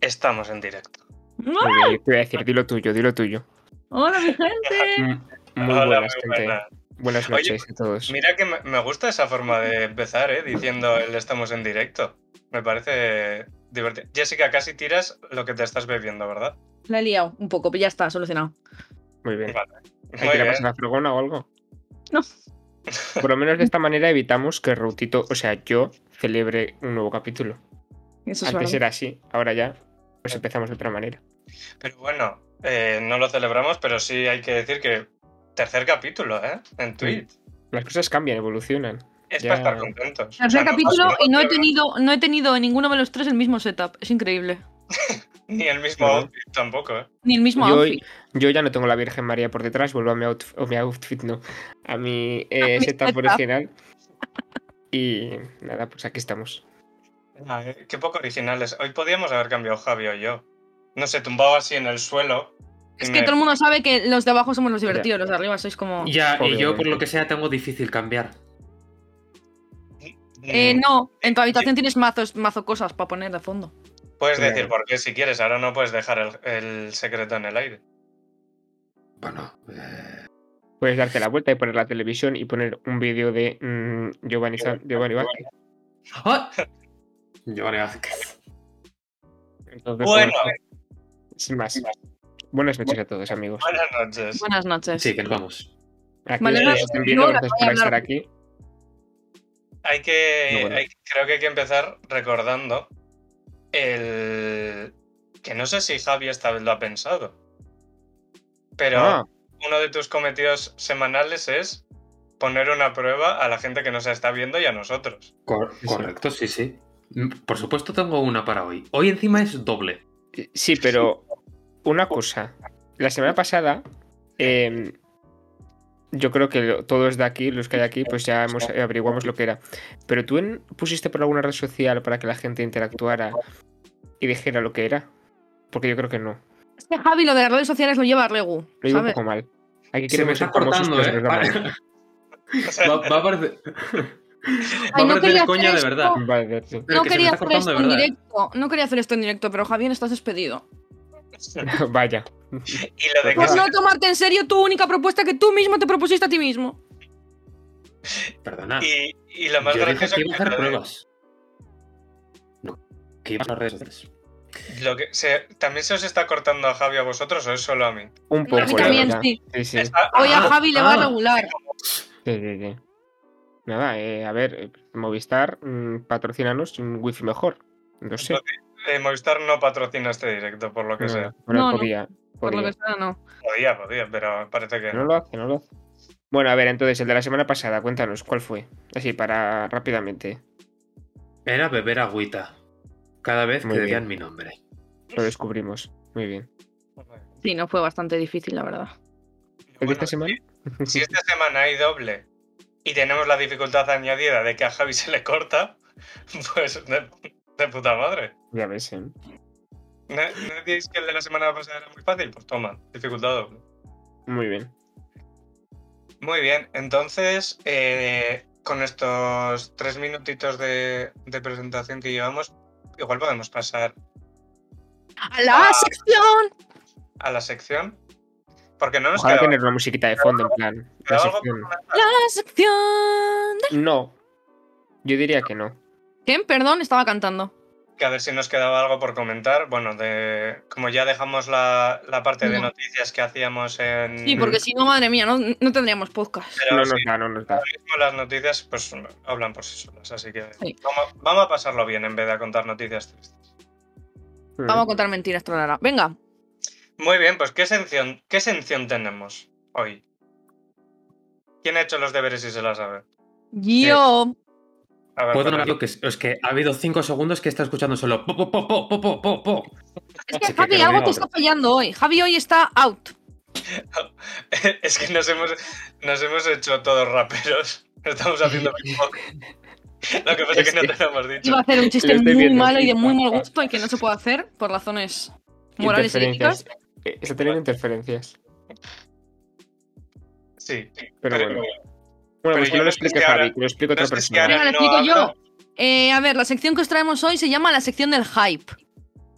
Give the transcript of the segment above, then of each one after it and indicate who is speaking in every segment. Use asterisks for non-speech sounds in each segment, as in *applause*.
Speaker 1: Estamos en directo.
Speaker 2: Muy bien, yo te voy a decir, dilo tuyo, dilo tuyo.
Speaker 3: Ah, ¡Hola, mi *laughs* gente!
Speaker 2: Mm, Muy
Speaker 1: Hola,
Speaker 2: buenas,
Speaker 1: muy
Speaker 2: gente.
Speaker 1: buenas.
Speaker 2: Buenas
Speaker 1: Oye,
Speaker 2: noches a todos.
Speaker 1: Mira que me- me gusta esa forma de empezar, ¿eh? diciendo el estamos en directo. Me parece divertido. Jessica, casi tiras lo que te estás bebiendo, ¿verdad?
Speaker 3: La he liado un poco, pero ya está, solucionado.
Speaker 2: Muy bien. ¿Hay
Speaker 1: Muy
Speaker 2: que la
Speaker 1: bien.
Speaker 2: pasar a fregona o algo?
Speaker 3: No.
Speaker 2: *laughs* Por lo menos de esta manera evitamos que Routito, o sea, yo, celebre un nuevo capítulo.
Speaker 3: Eso es
Speaker 2: Antes
Speaker 3: verdad.
Speaker 2: era así, ahora ya, pues empezamos de otra manera.
Speaker 1: Pero bueno, eh, no lo celebramos, pero sí hay que decir que tercer capítulo, ¿eh? En Twitch.
Speaker 2: Las cosas cambian, evolucionan.
Speaker 1: Es
Speaker 2: Ya.
Speaker 1: para estar contentos. O sea,
Speaker 3: Tercer
Speaker 1: no
Speaker 3: capítulo
Speaker 1: pasa
Speaker 3: y no he
Speaker 1: nada,
Speaker 3: tenido, no he tenido en ninguno de los tres el mismo setup. Es increíble.
Speaker 1: Ni el mismo
Speaker 2: Ajá.
Speaker 1: outfit tampoco, ¿eh?
Speaker 3: Ni el mismo
Speaker 2: Yo,
Speaker 3: outfit.
Speaker 2: yo ya no tengo la Virgen María por detrás, vuelvo a mi, outf- o mi outfit, no, a mi eh,
Speaker 3: A mi
Speaker 2: setup
Speaker 3: setup.
Speaker 2: original. Y nada, pues aquí estamos.
Speaker 1: Ah, eh, qué poco originales. Hoy podíamos haber cambiado Javi o yo. No sé, tumbado así en el suelo.
Speaker 3: Es
Speaker 1: y
Speaker 3: que
Speaker 1: me-
Speaker 3: todo el mundo sabe que los de abajo somos los divertidos, los de arriba sois como.
Speaker 4: Ya, y yo
Speaker 2: Obviamente.
Speaker 4: por lo que sea tengo difícil cambiar.
Speaker 3: Eh, no, en tu
Speaker 1: Sí.
Speaker 3: habitación tienes mazos, mazo cosas para poner de fondo.
Speaker 1: Puedes
Speaker 2: Claro.
Speaker 1: decir por qué si quieres, ahora no puedes dejar el, el secreto en el
Speaker 4: *laughs*
Speaker 1: aire.
Speaker 4: Bueno, eh,
Speaker 2: Puedes darte la vuelta y poner la televisión y poner un vídeo de mm, Giovanni, Sa- Giovanni Vázquez.
Speaker 4: ¡ah! Giovanni Vázquez.
Speaker 2: Entonces,
Speaker 1: Bueno,
Speaker 2: sin más. Buenas noches a todos, amigos.
Speaker 1: buenas noches.
Speaker 3: Buenas noches.
Speaker 4: Sí, que nos vamos.
Speaker 2: Aquí
Speaker 3: Vale,
Speaker 2: nos
Speaker 1: no,
Speaker 2: estén viendo,
Speaker 3: no,
Speaker 2: gracias
Speaker 3: voy a
Speaker 2: por
Speaker 3: hablar.
Speaker 2: estar aquí.
Speaker 1: Hay que.
Speaker 4: No, bueno.
Speaker 1: hay- creo que hay que empezar recordando el. Que no sé si Javi esta vez lo ha pensado. Pero
Speaker 2: Ah,
Speaker 1: uno de tus cometidos semanales es poner una prueba a la gente que nos está viendo y a nosotros. *laughs*
Speaker 4: Cor-
Speaker 2: Sí, sí.
Speaker 4: correcto, sí, sí. Mm, Por supuesto tengo una para hoy. Hoy encima es doble.
Speaker 2: sí, pero una cosa. La semana pasada, eh, yo creo que lo- todos de aquí, los que hay aquí, pues ya hemos, eh, averiguamos lo que era. Pero tú en- pusiste por alguna red social para que la gente interactuara y dijera lo que era. Porque yo creo que no.
Speaker 3: Es que Javi, lo de las redes sociales lo lleva a Regu.
Speaker 2: Lo digo un
Speaker 3: ¿sabes?
Speaker 2: poco mal. Aquí
Speaker 4: Se me
Speaker 2: queremos
Speaker 4: está
Speaker 2: ser famosos,
Speaker 4: cortando,
Speaker 2: pero
Speaker 4: ¿eh?
Speaker 2: nos da
Speaker 4: *laughs*
Speaker 2: mal.
Speaker 4: Va,
Speaker 1: O sea,
Speaker 4: *laughs* va a parecer... Va
Speaker 3: Ay,
Speaker 4: a
Speaker 3: no quería hacer
Speaker 4: parecer coña de
Speaker 3: esto.
Speaker 4: verdad.
Speaker 2: *laughs* Vale, sí.
Speaker 4: Pero
Speaker 3: no
Speaker 4: que se me
Speaker 3: quería
Speaker 4: está
Speaker 3: hacer
Speaker 4: cortando
Speaker 3: esto
Speaker 4: de
Speaker 3: en
Speaker 4: verdad. ¿eh?
Speaker 3: directo. No quería hacer esto en directo, pero Javier, estás despedido.
Speaker 2: Vaya.
Speaker 1: y lo de que
Speaker 3: Por
Speaker 1: se-
Speaker 3: no tomarte en serio tu única propuesta que tú mismo te propusiste a ti mismo.
Speaker 4: Perdona.
Speaker 1: Y, y lo más
Speaker 4: yo dije
Speaker 1: gracioso
Speaker 4: que iba a
Speaker 1: que lo
Speaker 4: hacer
Speaker 1: de-
Speaker 4: pruebas. No, que iba a hacer redes sociales.
Speaker 1: lo que se- ¿También se os está cortando a Javi a vosotros o es solo a mí?
Speaker 2: Un
Speaker 3: a
Speaker 2: poco.
Speaker 4: Pues
Speaker 3: mí
Speaker 2: la
Speaker 3: también,
Speaker 2: verdad.
Speaker 3: sí.
Speaker 2: Sí, sí.
Speaker 1: Está-
Speaker 3: Hoy a
Speaker 4: Ah,
Speaker 3: Javi le va
Speaker 4: ah.
Speaker 3: a regular.
Speaker 2: Sí, sí, sí. Nada, eh, a ver, eh, Movistar, mm, patrocínanos un wifi mejor. No sé.
Speaker 1: eh, Movistar no patrocina este directo, por lo que
Speaker 2: No,
Speaker 1: sea.
Speaker 2: bueno,
Speaker 3: No, no,
Speaker 2: podía,
Speaker 3: Por lo
Speaker 2: podía.
Speaker 3: que sea, no.
Speaker 1: Podía, podía, pero parece que
Speaker 2: No
Speaker 1: no.
Speaker 2: lo hace, no lo hace. Bueno, a ver, entonces, el de la semana pasada, cuéntanos, ¿cuál fue? Así, para rápidamente.
Speaker 4: Era beber agüita. Cada vez
Speaker 2: Muy
Speaker 4: que
Speaker 2: bien.
Speaker 4: decían mi nombre.
Speaker 2: Lo descubrimos. Muy bien.
Speaker 3: Sí, no fue bastante difícil, la verdad.
Speaker 2: ¿El de
Speaker 1: Bueno,
Speaker 2: esta semana?
Speaker 1: Si esta semana hay doble y tenemos la dificultad añadida de que a Javi se le corta, *laughs* pues de, de puta madre.
Speaker 2: ya ves, ¿eh?
Speaker 1: ¿No, no decís que el de la semana pasada era muy fácil? Pues toma, dificultad doble.
Speaker 2: Muy bien.
Speaker 1: Muy bien, entonces, eh, con estos tres minutitos de, de presentación que llevamos, igual podemos pasar
Speaker 3: ¡A la sección!
Speaker 1: a la sección. Porque no nos
Speaker 2: Ojalá
Speaker 1: queda
Speaker 2: tener una musiquita de fondo, en plan. la
Speaker 1: algo
Speaker 2: sección.
Speaker 3: ¡La sección!
Speaker 2: No. Yo diría que no.
Speaker 3: ¿Qué? Perdón, estaba cantando.
Speaker 1: que a ver si nos quedaba algo por comentar. Bueno, de, como ya dejamos la, la parte de
Speaker 3: No.
Speaker 1: noticias que hacíamos en...
Speaker 3: Sí, porque si no, madre mía, no, no tendríamos podcast.
Speaker 1: Pero
Speaker 2: No
Speaker 1: sí,
Speaker 2: nos da, no nos da.
Speaker 1: ahora mismo las noticias pues hablan por sí solas, así que
Speaker 3: Sí.
Speaker 1: vamos, vamos a pasarlo bien en vez de contar noticias tristes.
Speaker 2: Mm.
Speaker 3: Vamos a contar mentiras, trolala. Venga,
Speaker 1: Muy bien, pues ¿qué sección, qué sección tenemos hoy? ¿Quién ha hecho los deberes y se la sabe?
Speaker 3: yo.
Speaker 1: A ver,
Speaker 4: Puedo
Speaker 1: Fernando.
Speaker 4: notar lo Pues que es, es que ha habido cinco segundos que está escuchando solo po, po, po, po, po, po, po, po.
Speaker 3: Es que
Speaker 2: Sí, que
Speaker 3: Javi,
Speaker 2: creo
Speaker 3: algo
Speaker 4: que
Speaker 3: te
Speaker 4: otro.
Speaker 3: está fallando hoy. Javi hoy está out.
Speaker 1: *laughs* es que nos hemos, nos hemos hecho todos raperos. *laughs* Estamos haciendo
Speaker 2: *laughs*
Speaker 1: beatbox. Lo que pasa es que
Speaker 2: Es
Speaker 1: no
Speaker 2: que-
Speaker 1: te lo hemos dicho.
Speaker 3: Iba a hacer un chiste
Speaker 2: Lo estoy
Speaker 3: muy
Speaker 2: viendo,
Speaker 3: malo y de
Speaker 2: sí.
Speaker 3: muy mal gusto y que no se puede hacer por razones morales y éticas.
Speaker 2: Interferencias. Eh, Está teniendo interferencias.
Speaker 1: Sí,
Speaker 2: Pero bueno.
Speaker 1: Pero
Speaker 2: Bueno, pues que
Speaker 1: yo no
Speaker 2: no lo
Speaker 1: sé si
Speaker 2: explique
Speaker 1: ahora-
Speaker 2: Javi, que lo explique
Speaker 1: no
Speaker 2: otra
Speaker 1: sé si
Speaker 2: persona.
Speaker 1: ahora
Speaker 3: Venga, lo
Speaker 1: no
Speaker 3: explico yo.
Speaker 1: hablo.
Speaker 3: Eh, a ver, la sección que os traemos hoy se llama la sección del hype.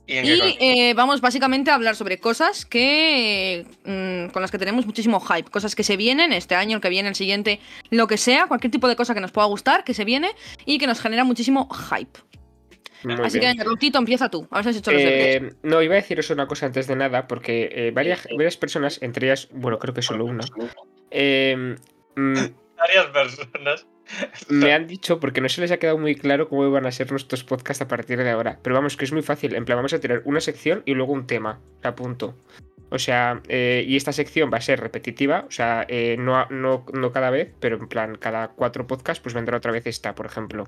Speaker 1: ¿Y en qué
Speaker 3: Y
Speaker 1: consiste?
Speaker 3: eh, vamos básicamente a hablar sobre cosas que mm, con las que tenemos muchísimo hype, cosas que se vienen este año, el que viene, el siguiente, lo que sea, cualquier tipo de cosa que nos pueda gustar, que se viene y que nos genera muchísimo hype.
Speaker 2: Muy
Speaker 3: Así
Speaker 2: bien.
Speaker 3: que, Rutito, empieza tú. A ver si has hecho los deberes.
Speaker 2: Eh, no, iba a deciros una cosa antes de nada, porque eh, varias, varias personas, entre ellas, bueno, creo que solo una, eh, mm,
Speaker 1: Varias personas.
Speaker 2: me han dicho, porque no se les ha quedado muy claro cómo iban a ser nuestros podcasts a partir de ahora. Pero vamos, que es muy fácil. En plan, vamos a tener una sección y luego un tema. La apunto. O sea, eh, y esta sección va a ser repetitiva. O sea, eh, no, a- no, no cada vez, pero en plan, cada cuatro podcasts, pues vendrá otra vez esta, por ejemplo.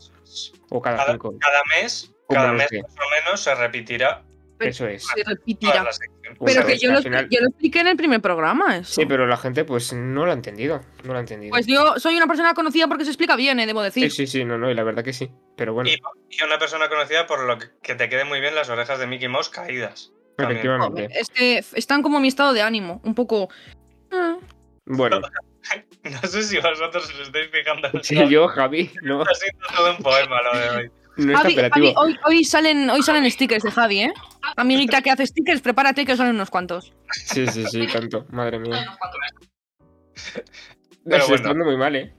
Speaker 2: O cada
Speaker 1: Cada-
Speaker 2: cinco.
Speaker 1: Cada mes,
Speaker 2: Como
Speaker 1: cada
Speaker 2: los
Speaker 1: mes
Speaker 2: de-
Speaker 1: más o menos se repetirá
Speaker 2: Eso es.
Speaker 3: Se repetirá.
Speaker 1: toda la sección.
Speaker 3: Pero
Speaker 2: Bueno,
Speaker 3: que
Speaker 2: es
Speaker 3: yo
Speaker 2: que
Speaker 3: lo,
Speaker 2: al final-
Speaker 3: yo lo expliqué en el primer programa, eso.
Speaker 2: Sí, pero la gente, pues, no lo ha entendido. No lo ha entendido.
Speaker 3: Pues yo soy una persona conocida porque se explica bien, eh, debo
Speaker 2: Sí,
Speaker 3: decir.
Speaker 2: sí, sí, no, no, y la verdad que sí. Pero bueno,
Speaker 1: Y- Y una persona conocida por lo que, que te queden muy bien las orejas de Mickey Mouse caídas. *laughs* también.
Speaker 2: efectivamente.
Speaker 3: Es que f- están como en mi estado de ánimo, un poco... ah,
Speaker 2: Bueno,
Speaker 1: No sé si vosotros os estáis fijando.
Speaker 2: *laughs*
Speaker 1: en
Speaker 2: sí,
Speaker 1: todo.
Speaker 2: yo, Javi, no,
Speaker 1: Ha sido todo un poema lo de hoy.
Speaker 2: no está
Speaker 3: Javi, Javi,
Speaker 2: operativo.
Speaker 3: hoy, hoy salen, hoy salen stickers de Javi, ¿eh? Amiguita que hace stickers, prepárate que os salen unos cuantos.
Speaker 2: Sí, sí, sí, tanto. Madre mía. *laughs*
Speaker 1: Pero
Speaker 2: Pero
Speaker 1: bueno.
Speaker 2: está dando muy mal, ¿eh?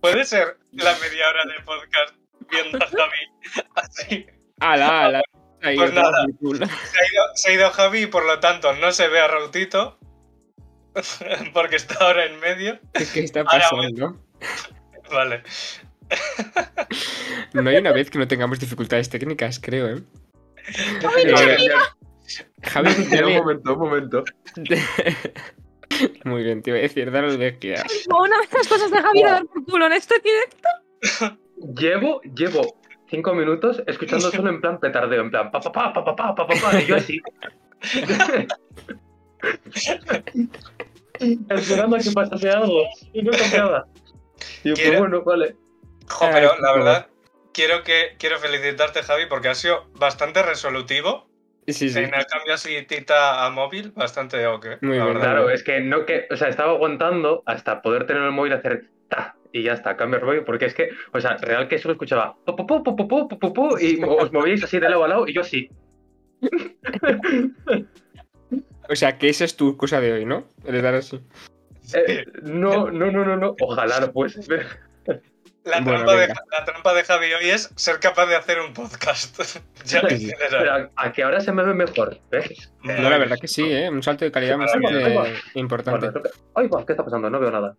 Speaker 1: ¿Puede ser la media hora de podcast viendo a Javi así?
Speaker 2: *laughs* ¡Ala, ala! Ahí,
Speaker 1: Pues
Speaker 2: otra
Speaker 1: nada.
Speaker 2: *laughs* fortuna.
Speaker 1: Se ha, ido, se ha ido Javi y por lo tanto no se ve a Rautito *laughs* porque está ahora en medio.
Speaker 2: ¿Qué, qué está
Speaker 1: Ahora,
Speaker 2: pasando?
Speaker 1: Vale.
Speaker 2: No hay una vez que no tengamos dificultades técnicas, creo, ¿eh?
Speaker 1: Pero-
Speaker 2: Javi, *laughs*
Speaker 4: un
Speaker 2: dale.
Speaker 4: momento, un momento.
Speaker 2: Muy bien, te iba a decir, dale lo que quieras.
Speaker 3: Una de las cosas de Javi a dar por culo en este directo.
Speaker 4: Llevo, llevo cinco minutos escuchando solo en plan petardeo, en plan pa pa pa pa pa pa pa pa, pa, y yo así. *laughs* Esperando a que pasase algo. Y no cambiaba. Y yo, pues
Speaker 1: ¿Quieres?
Speaker 4: bueno, vale.
Speaker 1: Jo, pero la verdad, quiero, que, quiero felicitarte, Javi, porque has sido bastante resolutivo.
Speaker 2: Sí, sí.
Speaker 1: En el cambio así tita a móvil, bastante ok.
Speaker 2: Muy
Speaker 1: la
Speaker 2: bien.
Speaker 1: verdad.
Speaker 4: Claro, es que no que. O sea, estaba aguantando hasta poder tener el móvil y hacer ta. Y ya está, cambio el rollo, porque es que, o sea, real que solo escuchaba po, po, po, po, po, po, po, po, po, y os movíais así de lado a lado y yo así.
Speaker 2: O sea, que esa es tu cosa de hoy, ¿no? De dar así.
Speaker 4: Eh, no, no, no, no, no. Ojalá no *laughs* fuese.
Speaker 1: La,
Speaker 2: Bueno,
Speaker 1: trampa de,
Speaker 2: venga.
Speaker 1: la trampa de Javi hoy es ser capaz de hacer un podcast. *laughs* ya en
Speaker 2: Sí, sí.
Speaker 4: Pero
Speaker 1: general.
Speaker 4: a, a que ahora se me ve mejor. ¿ves?
Speaker 2: No, la verdad que sí, ¿eh? Un salto de calidad
Speaker 1: Ahora
Speaker 2: bastante
Speaker 4: mira, ahí
Speaker 2: importante.
Speaker 4: Bueno, creo que- Ay, guau, ¿qué está pasando? No veo nada.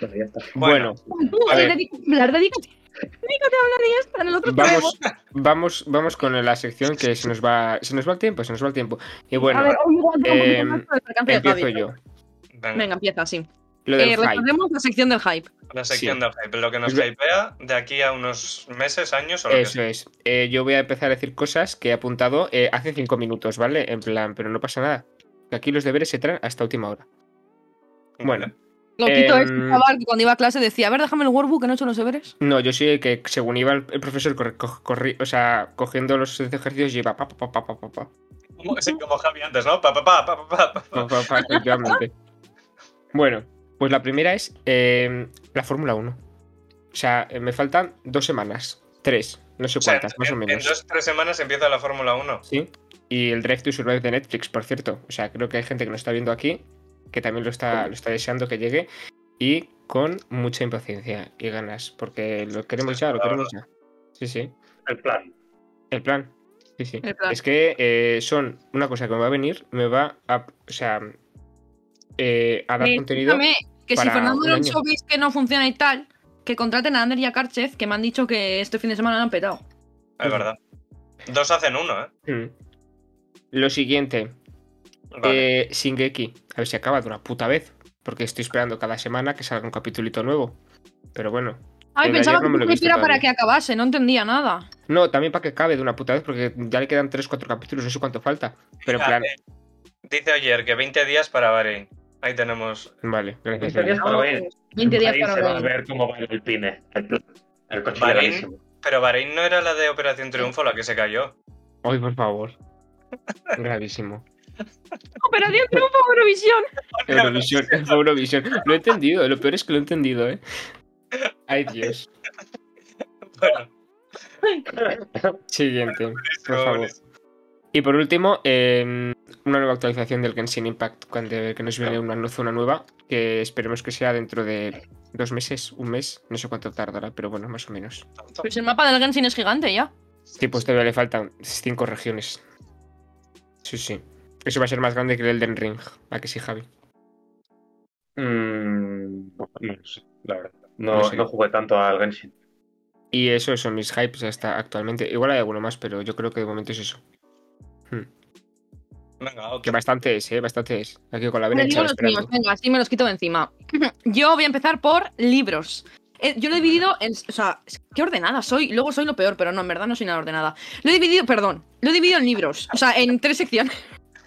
Speaker 4: Bueno, ya está.
Speaker 2: Bueno,
Speaker 3: Tú,
Speaker 2: A
Speaker 3: eh,
Speaker 2: ver.
Speaker 3: dedica- hablar, dedícate. Dedícate a hablar y ya está. Nosotros
Speaker 2: vamos,
Speaker 3: podemos.
Speaker 2: vamos, vamos con la sección que se nos va, se nos va el tiempo, se nos va el tiempo. Y
Speaker 3: a
Speaker 2: bueno,
Speaker 3: ver, hoy igual tengo un poquito
Speaker 2: eh,
Speaker 3: más por el alcance de
Speaker 2: empiezo
Speaker 3: Javi.
Speaker 2: yo.
Speaker 1: Venga,
Speaker 3: Venga, empieza, sí.
Speaker 2: Lo del
Speaker 3: Eh,
Speaker 2: hype.
Speaker 3: recordemos la sección del hype.
Speaker 1: la sección
Speaker 2: sí.
Speaker 1: de hype, lo que nos
Speaker 2: Es-
Speaker 1: hypea de aquí a unos meses, años o lo que
Speaker 2: Eso es. Eh, yo voy a empezar a decir cosas que he apuntado eh, hace cinco minutos, ¿vale? En plan, pero no pasa nada. Que Aquí los deberes se traen hasta última hora.
Speaker 1: sea.
Speaker 2: Bueno,
Speaker 3: Loquito
Speaker 2: Em,
Speaker 3: es un este chaval que cuando iba a clase decía, a ver, déjame el workbook que no he hecho los deberes.
Speaker 2: no, yo soy el que, según iba el, el profesor, corri- co- corri- o sea, cogiendo los ejercicios, lleva pa, pa, pa, pa, pa, pa, pa,
Speaker 1: Como, sí, como Javi antes, ¿no? Pa, pa, pa, pa, pa, pa, pa.
Speaker 2: pa, pa, pa,
Speaker 1: *laughs*
Speaker 2: efectivamente. Bueno, pues la primera es eh, la Fórmula 1. O sea, eh, me faltan dos semanas, tres, no sé
Speaker 1: O sea,
Speaker 2: cuántas, más o
Speaker 1: en-
Speaker 2: menos.
Speaker 1: En dos tres semanas empieza la Fórmula 1.
Speaker 2: Sí. Y el Drive to Survive de Netflix, por cierto. O sea, creo que hay gente que lo está viendo aquí, que también lo está, lo está deseando que llegue. Y con mucha impaciencia y ganas, porque lo queremos ya, lo queremos ya. Sí, sí.
Speaker 4: El plan.
Speaker 2: El plan. Sí, sí.
Speaker 3: El plan.
Speaker 2: Es que eh, son una cosa que me va a venir, me va a. O sea. eh, a dar
Speaker 3: Eh,
Speaker 2: contenido.
Speaker 3: Escúchame, que si
Speaker 2: para
Speaker 3: Fernando
Speaker 2: un
Speaker 3: Alonso
Speaker 2: año.
Speaker 3: veis que no funciona y tal, que contraten a Ander y a Karchev, que me han dicho que este fin de semana lo han petado.
Speaker 1: Es verdad. Dos hacen uno, ¿eh?
Speaker 2: Mm. Lo siguiente,
Speaker 1: Vale.
Speaker 2: eh, Shingeki. A ver si acaba de una puta vez. Porque estoy esperando cada semana que salga un capitulito nuevo. Pero bueno,
Speaker 3: Ay,
Speaker 2: El de
Speaker 3: pensaba
Speaker 2: ayer no me lo he
Speaker 3: que
Speaker 2: visto
Speaker 3: era para
Speaker 2: todavía.
Speaker 3: que acabase, no entendía nada.
Speaker 2: No, también para que acabe de una puta vez, porque ya le quedan 3-4 capítulos, no sé cuánto falta. Pero en
Speaker 1: Ah,
Speaker 2: plan.
Speaker 1: eh, Dice ayer que 20 días para Bahrein. Ahí tenemos.
Speaker 2: Vale, gracias.
Speaker 4: Veinte días
Speaker 2: Belén.
Speaker 4: para
Speaker 3: No,
Speaker 4: ver.
Speaker 3: 20 días
Speaker 4: Ahí
Speaker 3: para
Speaker 4: se va a
Speaker 3: ver.
Speaker 4: ver cómo va el pine. El, plan. el coche
Speaker 1: Vale.
Speaker 4: legalísimo.
Speaker 1: Pero Bahrein no era la de Operación Triunfo la que se cayó. *laughs*
Speaker 2: Ay, por favor. *laughs* Gravísimo.
Speaker 3: Operación Triunfo Eurovisión.
Speaker 2: Eurovisión, *laughs* Eurovisión. Lo he entendido, lo peor es que lo he entendido, ¿eh? Ay, Dios.
Speaker 1: Bueno,
Speaker 2: Siguiente, por favor. Y por último, eh, una nueva actualización del Genshin Impact, cuando, que nos viene una, una nueva, que esperemos que sea dentro de dos meses, un mes, no sé cuánto tardará, pero bueno, más o menos.
Speaker 3: Pues el mapa del Genshin es gigante ya.
Speaker 2: Sí, pues todavía le faltan cinco regiones. Sí, sí. Eso va a ser más grande que el Elden Ring, ¿a que sí, Javi?
Speaker 4: Mm, no sé, la verdad. No,
Speaker 2: No sé.
Speaker 4: no jugué tanto al Genshin.
Speaker 2: Y eso son mis hypes hasta actualmente. Igual hay alguno más, pero yo creo que de momento es eso.
Speaker 1: Venga,
Speaker 2: Que
Speaker 1: otro.
Speaker 2: bastante es, ¿eh? Bastante es. Aquí con la vena
Speaker 3: Te digo
Speaker 2: hinchada
Speaker 3: los míos,
Speaker 2: esperando.
Speaker 3: venga, así me los quito de encima. *clears throat* Yo voy a empezar por libros. Eh, Yo lo he dividido en. O sea, es- qué ordenada soy. Luego soy lo peor, pero no, en verdad no soy nada ordenada. Lo he dividido, perdón, lo he dividido en libros. O sea, en tres
Speaker 2: *laughs*
Speaker 3: secciones.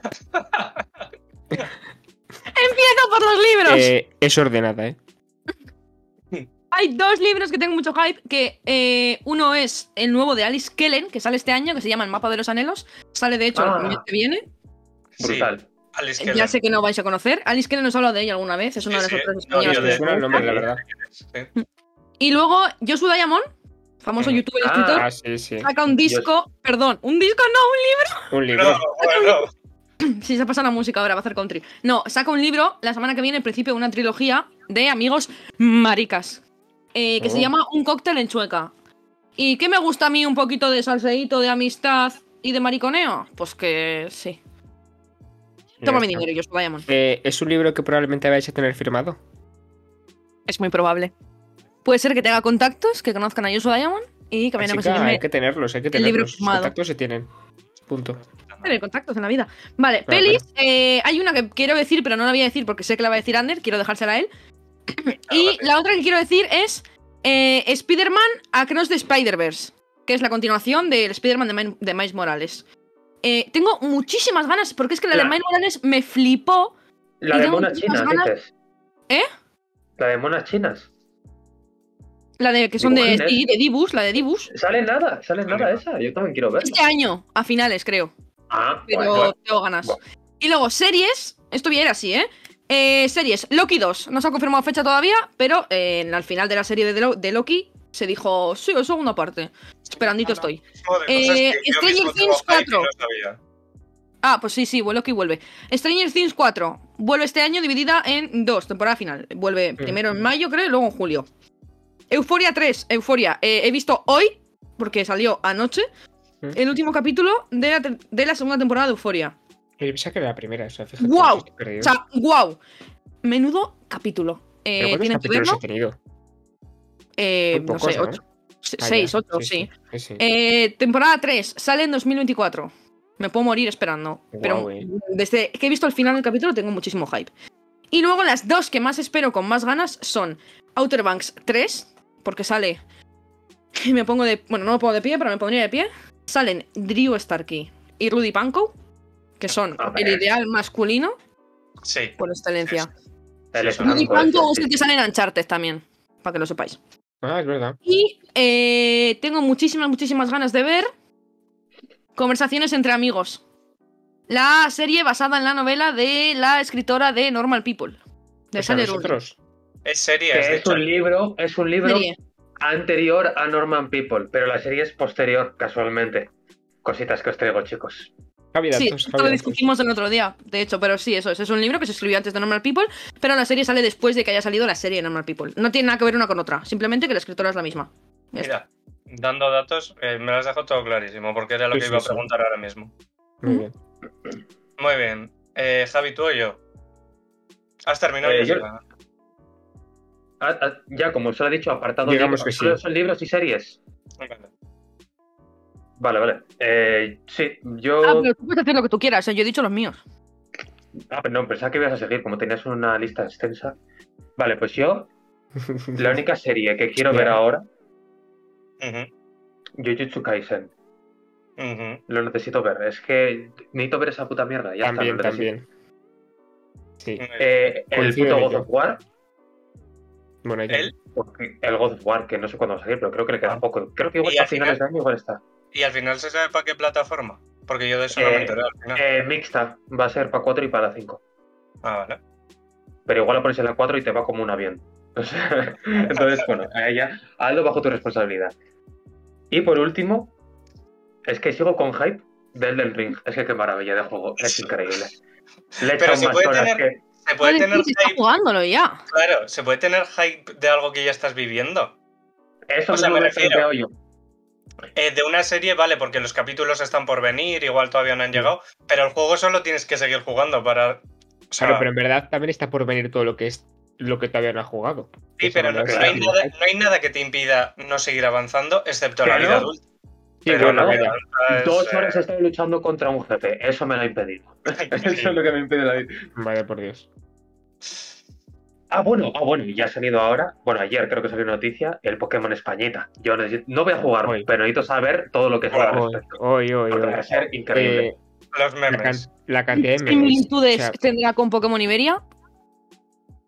Speaker 3: *laughs* Empiezo por los libros.
Speaker 2: Eh, es ordenada, ¿eh?
Speaker 3: Hay dos libros que tengo mucho hype, que eh, uno es el nuevo de Alice Kellen, que sale este año, que se llama El mapa de los anhelos. Sale, de hecho, el
Speaker 4: Ah.
Speaker 3: mes que viene.
Speaker 1: Sí,
Speaker 4: Brutal.
Speaker 1: Alice
Speaker 3: Ya
Speaker 1: Keller.
Speaker 3: sé que no vais a conocer. Alice Kellen nos habla de ella alguna vez, es una
Speaker 1: Sí,
Speaker 3: de las
Speaker 1: sí,
Speaker 3: otras
Speaker 1: no, yo
Speaker 3: españolas. que
Speaker 1: de-
Speaker 3: nos
Speaker 2: Suena el nombre, la verdad.
Speaker 1: Sí.
Speaker 3: Y luego Josu Diamond, famoso
Speaker 1: Mm.
Speaker 3: youtuber y
Speaker 4: Ah.
Speaker 3: escritor,
Speaker 2: Ah, sí, sí.
Speaker 3: saca un
Speaker 4: Dios.
Speaker 3: disco, perdón, un disco no,
Speaker 2: Un
Speaker 1: No,
Speaker 2: libro.
Speaker 1: bueno,
Speaker 3: un libro. Si se pasa la música ahora, va a hacer country. No, saca un libro la semana que viene, en principio, una trilogía de amigos maricas. eh, que se
Speaker 2: Oh.
Speaker 3: llama Un cóctel en Chueca. ¿Y qué me gusta a mí un poquito de salseíto, de amistad y de mariconeo? Pues que sí.
Speaker 2: Ya
Speaker 3: Toma mi
Speaker 2: está.
Speaker 3: dinero, Josu Diamond.
Speaker 2: Eh, es un libro que probablemente vais a tener firmado.
Speaker 3: Es muy probable. Puede ser que tenga contactos, que conozcan a Josu Diamond y que vayan a
Speaker 2: Así que hay
Speaker 3: conseguirme
Speaker 2: que tenerlos, hay que
Speaker 3: pues el libro
Speaker 2: tenerlos. Los
Speaker 3: firmado.
Speaker 2: contactos se tienen. Punto.
Speaker 3: Tener contactos en la vida. Vale,
Speaker 2: Claro,
Speaker 3: pelis. eh, hay una que quiero decir, pero no la voy a decir porque sé que la va a decir Ander, quiero dejársela a
Speaker 2: *coughs*
Speaker 3: él. y
Speaker 1: vale.
Speaker 3: la otra que quiero decir es eh, Spider-Man Across the Spider-Verse, que es la continuación del Spider-Man de, Mine- de Miles Morales. Eh, tengo muchísimas ganas, porque es que la, de
Speaker 4: La-
Speaker 3: Miles Morales me flipó.
Speaker 4: La
Speaker 3: Y
Speaker 4: de
Speaker 3: tengo
Speaker 4: monas
Speaker 3: muchísimas
Speaker 4: chinas,
Speaker 3: ganas-
Speaker 4: dices.
Speaker 3: ¿Eh?
Speaker 4: La de monas chinas.
Speaker 3: La de que son de,
Speaker 4: Dibujantes.
Speaker 3: sí, de Dibus, la de Dibus.
Speaker 4: Sale nada, sale nada esa. Yo también quiero verla.
Speaker 3: Este año, a finales, creo.
Speaker 4: Ah,
Speaker 3: pero
Speaker 4: bueno, bueno.
Speaker 3: tengo ganas.
Speaker 4: Bueno.
Speaker 3: Y luego series, esto ya era así, ¿eh? Eh, series, Loki 2, no se ha confirmado fecha todavía, pero eh, en- al final de la serie de, Lo- de Loki se dijo, sí, o segunda parte.
Speaker 1: Ah, no.
Speaker 3: Esperandito estoy.
Speaker 1: Joder, cosas
Speaker 3: Eh,
Speaker 1: que yo
Speaker 3: Stranger
Speaker 1: mismo tengo
Speaker 3: Things
Speaker 1: hype y
Speaker 3: 4.
Speaker 1: no sabía.
Speaker 3: Ah, pues sí, sí, Loki vuelve. Stranger Things 4, vuelve este año dividida en dos, temporada final.
Speaker 1: Mm.
Speaker 3: Vuelve primero en mayo, creo, y luego en julio. Euforia 3, Euforia, Eh, he visto hoy, porque salió anoche,
Speaker 2: Mm.
Speaker 3: el último capítulo de la, ter- de la segunda temporada de Euforia.
Speaker 2: Yo pensaba que era la primera, o sea, fíjate.
Speaker 3: ¡Guau!
Speaker 2: estoy perdido.
Speaker 3: O sea, wow. Menudo capítulo.
Speaker 2: ¿Pero
Speaker 3: Eh,
Speaker 2: cuántos
Speaker 3: tienen que
Speaker 2: capítulos
Speaker 3: verlo.
Speaker 2: ha tenido?
Speaker 3: Eh,
Speaker 2: Muy
Speaker 3: no
Speaker 2: pocos,
Speaker 3: sé,
Speaker 2: ¿no?
Speaker 3: 8,
Speaker 2: Ah,
Speaker 3: 6,
Speaker 2: ya,
Speaker 3: 8, sí.
Speaker 2: sí, sí.
Speaker 3: Eh, temporada 3, sale en 2024. Me puedo morir esperando. pero
Speaker 2: Guau, eh.
Speaker 3: desde que he visto el final del capítulo tengo muchísimo hype. Y luego las dos que más espero con más ganas son Outer Banks 3, porque sale. *laughs* Me pongo de. Bueno, no me pongo de pie, pero me pondría de pie. Salen Drew Starkey y Rudy Pankow, que son
Speaker 4: A ver.
Speaker 3: el ideal masculino
Speaker 1: Sí.
Speaker 3: por excelencia.
Speaker 1: Sí,
Speaker 4: El
Speaker 1: sí.
Speaker 4: Franco
Speaker 3: Rudy
Speaker 4: ese,
Speaker 3: Pankow es
Speaker 4: sí.
Speaker 3: el que sale en Uncharted también, para que lo sepáis.
Speaker 2: Ah, es verdad.
Speaker 3: Y eh, tengo muchísimas, muchísimas ganas de ver Conversaciones entre amigos. La serie basada en la novela de la escritora de Normal People. De
Speaker 2: O sea,
Speaker 3: Sally Rooney.
Speaker 2: nosotros.
Speaker 1: Es serie, es
Speaker 4: Que
Speaker 1: de
Speaker 4: es
Speaker 1: hecho.
Speaker 4: un libro, es un libro
Speaker 3: Serie.
Speaker 4: anterior a Norman People, pero la serie es posterior, casualmente. Cositas que os traigo, chicos.
Speaker 2: Javi
Speaker 3: Sí,
Speaker 2: Datos,
Speaker 3: esto
Speaker 2: Javi
Speaker 3: lo
Speaker 2: Datos.
Speaker 3: discutimos el otro día, de hecho, pero sí, eso es. Es un libro que se escribió antes de Normal People, pero la serie sale después de que haya salido la serie de Normal People. No tiene nada que ver una con otra, simplemente que la escritora es la misma. Ya está.
Speaker 1: Mira, dando datos, eh, me las dejo todo clarísimo, porque era lo
Speaker 2: Sí,
Speaker 1: que
Speaker 2: sí,
Speaker 1: iba
Speaker 2: sí.
Speaker 1: a preguntar ahora mismo.
Speaker 2: Muy bien.
Speaker 1: Muy bien. Eh, Javi, tú o yo. Has terminado.
Speaker 4: Eh,
Speaker 1: ya,
Speaker 4: yo-
Speaker 1: ¿verdad?
Speaker 4: Ah, ah, ya, como os lo he dicho, apartado
Speaker 2: Digamos
Speaker 4: libros.
Speaker 2: que sí.
Speaker 4: Solo son libros y series.
Speaker 1: Vale.
Speaker 4: Vale, vale. Eh, sí, yo.
Speaker 3: Ah, pero tú puedes hacer lo que tú quieras, o sea, yo he dicho los míos.
Speaker 4: Ah, pero no, pensaba que ibas a seguir, como tenías una lista extensa. Vale, pues yo, la única serie que quiero ver
Speaker 2: Ya.
Speaker 4: ahora,
Speaker 1: Ujú,
Speaker 4: Jujutsu Kaisen.
Speaker 1: ujú.
Speaker 4: Lo necesito ver. Es que necesito ver esa puta mierda. Ya
Speaker 2: también,
Speaker 4: está, lo necesito.
Speaker 2: también. Sí.
Speaker 4: Eh, el
Speaker 2: Coincido
Speaker 4: puto
Speaker 2: en
Speaker 4: God
Speaker 2: ello.
Speaker 4: of War.
Speaker 2: Bueno, ya.
Speaker 1: Él,
Speaker 4: porque- El God of War, que no sé cuándo va a salir, pero creo que le queda
Speaker 1: Ah.
Speaker 4: poco. Creo que igual
Speaker 1: Y
Speaker 4: a
Speaker 1: al final-
Speaker 4: finales de año igual está.
Speaker 1: ¿Y al final se sabe para qué plataforma? Porque yo de eso no me
Speaker 4: Eh,
Speaker 1: enteré al final.
Speaker 4: Eh, mixta, va a ser para 4 y para 5.
Speaker 1: Ah, vale.
Speaker 4: Pero igual la pones en la 4 y te va como *laughs* un avión. O sea, Entonces, bueno, ahí ya, hazlo bajo tu responsabilidad. Y por último, es que sigo con hype de Elden Ring. Es que qué maravilla de juego, es increíble. Le he
Speaker 1: Pero
Speaker 4: echado
Speaker 1: se
Speaker 4: más
Speaker 1: puede
Speaker 4: horas
Speaker 1: tener-
Speaker 4: que.
Speaker 1: Se puede
Speaker 3: Joder,
Speaker 1: tener
Speaker 3: sí, está
Speaker 1: hype,
Speaker 3: jugándolo ya.
Speaker 1: claro, se puede tener hype de algo que ya estás viviendo.
Speaker 4: Eso
Speaker 1: o sea, me
Speaker 4: mismo me he
Speaker 1: refiero-
Speaker 4: planteado yo.
Speaker 1: Eh, de una serie, vale, porque los capítulos están por venir, igual todavía no han llegado, pero el juego solo tienes que seguir jugando para. O sea,
Speaker 2: Claro, pero en verdad también está por venir todo lo que es lo que todavía no ha jugado.
Speaker 1: sí,
Speaker 2: Eso
Speaker 1: pero
Speaker 2: no
Speaker 1: no,
Speaker 2: es
Speaker 1: no hay
Speaker 2: hype.
Speaker 1: nada, no hay nada que te impida no seguir avanzando, excepto la
Speaker 4: Pero-
Speaker 1: vida adulta.
Speaker 2: Sí,
Speaker 1: pero
Speaker 2: bueno,
Speaker 1: no,
Speaker 2: vaya.
Speaker 1: Es,
Speaker 4: Dos
Speaker 1: eh,
Speaker 4: horas he estado luchando contra un jefe. Eso me lo ha impedido. *laughs* Eso es lo que me impide la vida.
Speaker 2: Vaya por Dios.
Speaker 4: Ah, bueno, ah, bueno, y ya ha salido ahora, bueno, ayer creo que salió noticia, el Pokémon Españita. Yo necesito- no voy a jugar,
Speaker 2: Hoy.
Speaker 4: pero necesito saber todo lo que se al
Speaker 2: Hoy,
Speaker 4: respecto.
Speaker 2: hoy, hoy.
Speaker 4: Porque
Speaker 2: hoy.
Speaker 4: va a ser increíble.
Speaker 2: Eh,
Speaker 1: Los
Speaker 2: la, can-
Speaker 1: memes.
Speaker 2: la cantidad de
Speaker 3: ¿Qué
Speaker 2: memes. O
Speaker 3: similitudes
Speaker 2: sea,
Speaker 3: tendrá con Pokémon Iberia?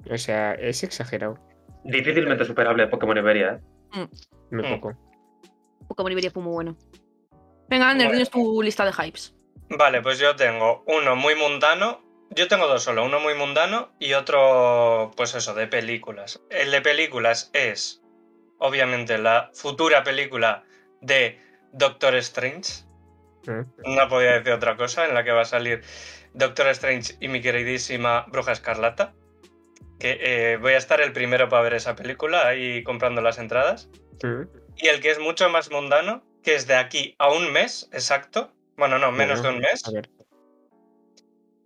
Speaker 2: o sea, es exagerado.
Speaker 4: Difícilmente superable Pokémon Iberia. ¿eh?
Speaker 2: Muy
Speaker 1: Mm.
Speaker 2: poco.
Speaker 3: Pokémon Iberia fue muy bueno. Venga, Ander,
Speaker 1: Bueno.
Speaker 3: tienes tu lista de hypes.
Speaker 1: Vale, pues yo tengo uno muy mundano. Yo tengo dos solo, uno muy mundano y otro, pues eso, de películas. El de películas es, obviamente, la futura película de Doctor Strange.
Speaker 2: Mm.
Speaker 1: No podía decir otra cosa, en la que va a salir Doctor Strange y mi queridísima Bruja Escarlata. Que eh, voy a estar el primero para ver esa película ahí comprando las entradas.
Speaker 2: Mm.
Speaker 1: Y el que es mucho más mundano, que es de aquí a un mes exacto. Bueno, no, menos de
Speaker 2: Bueno,
Speaker 1: un mes.
Speaker 2: A ver.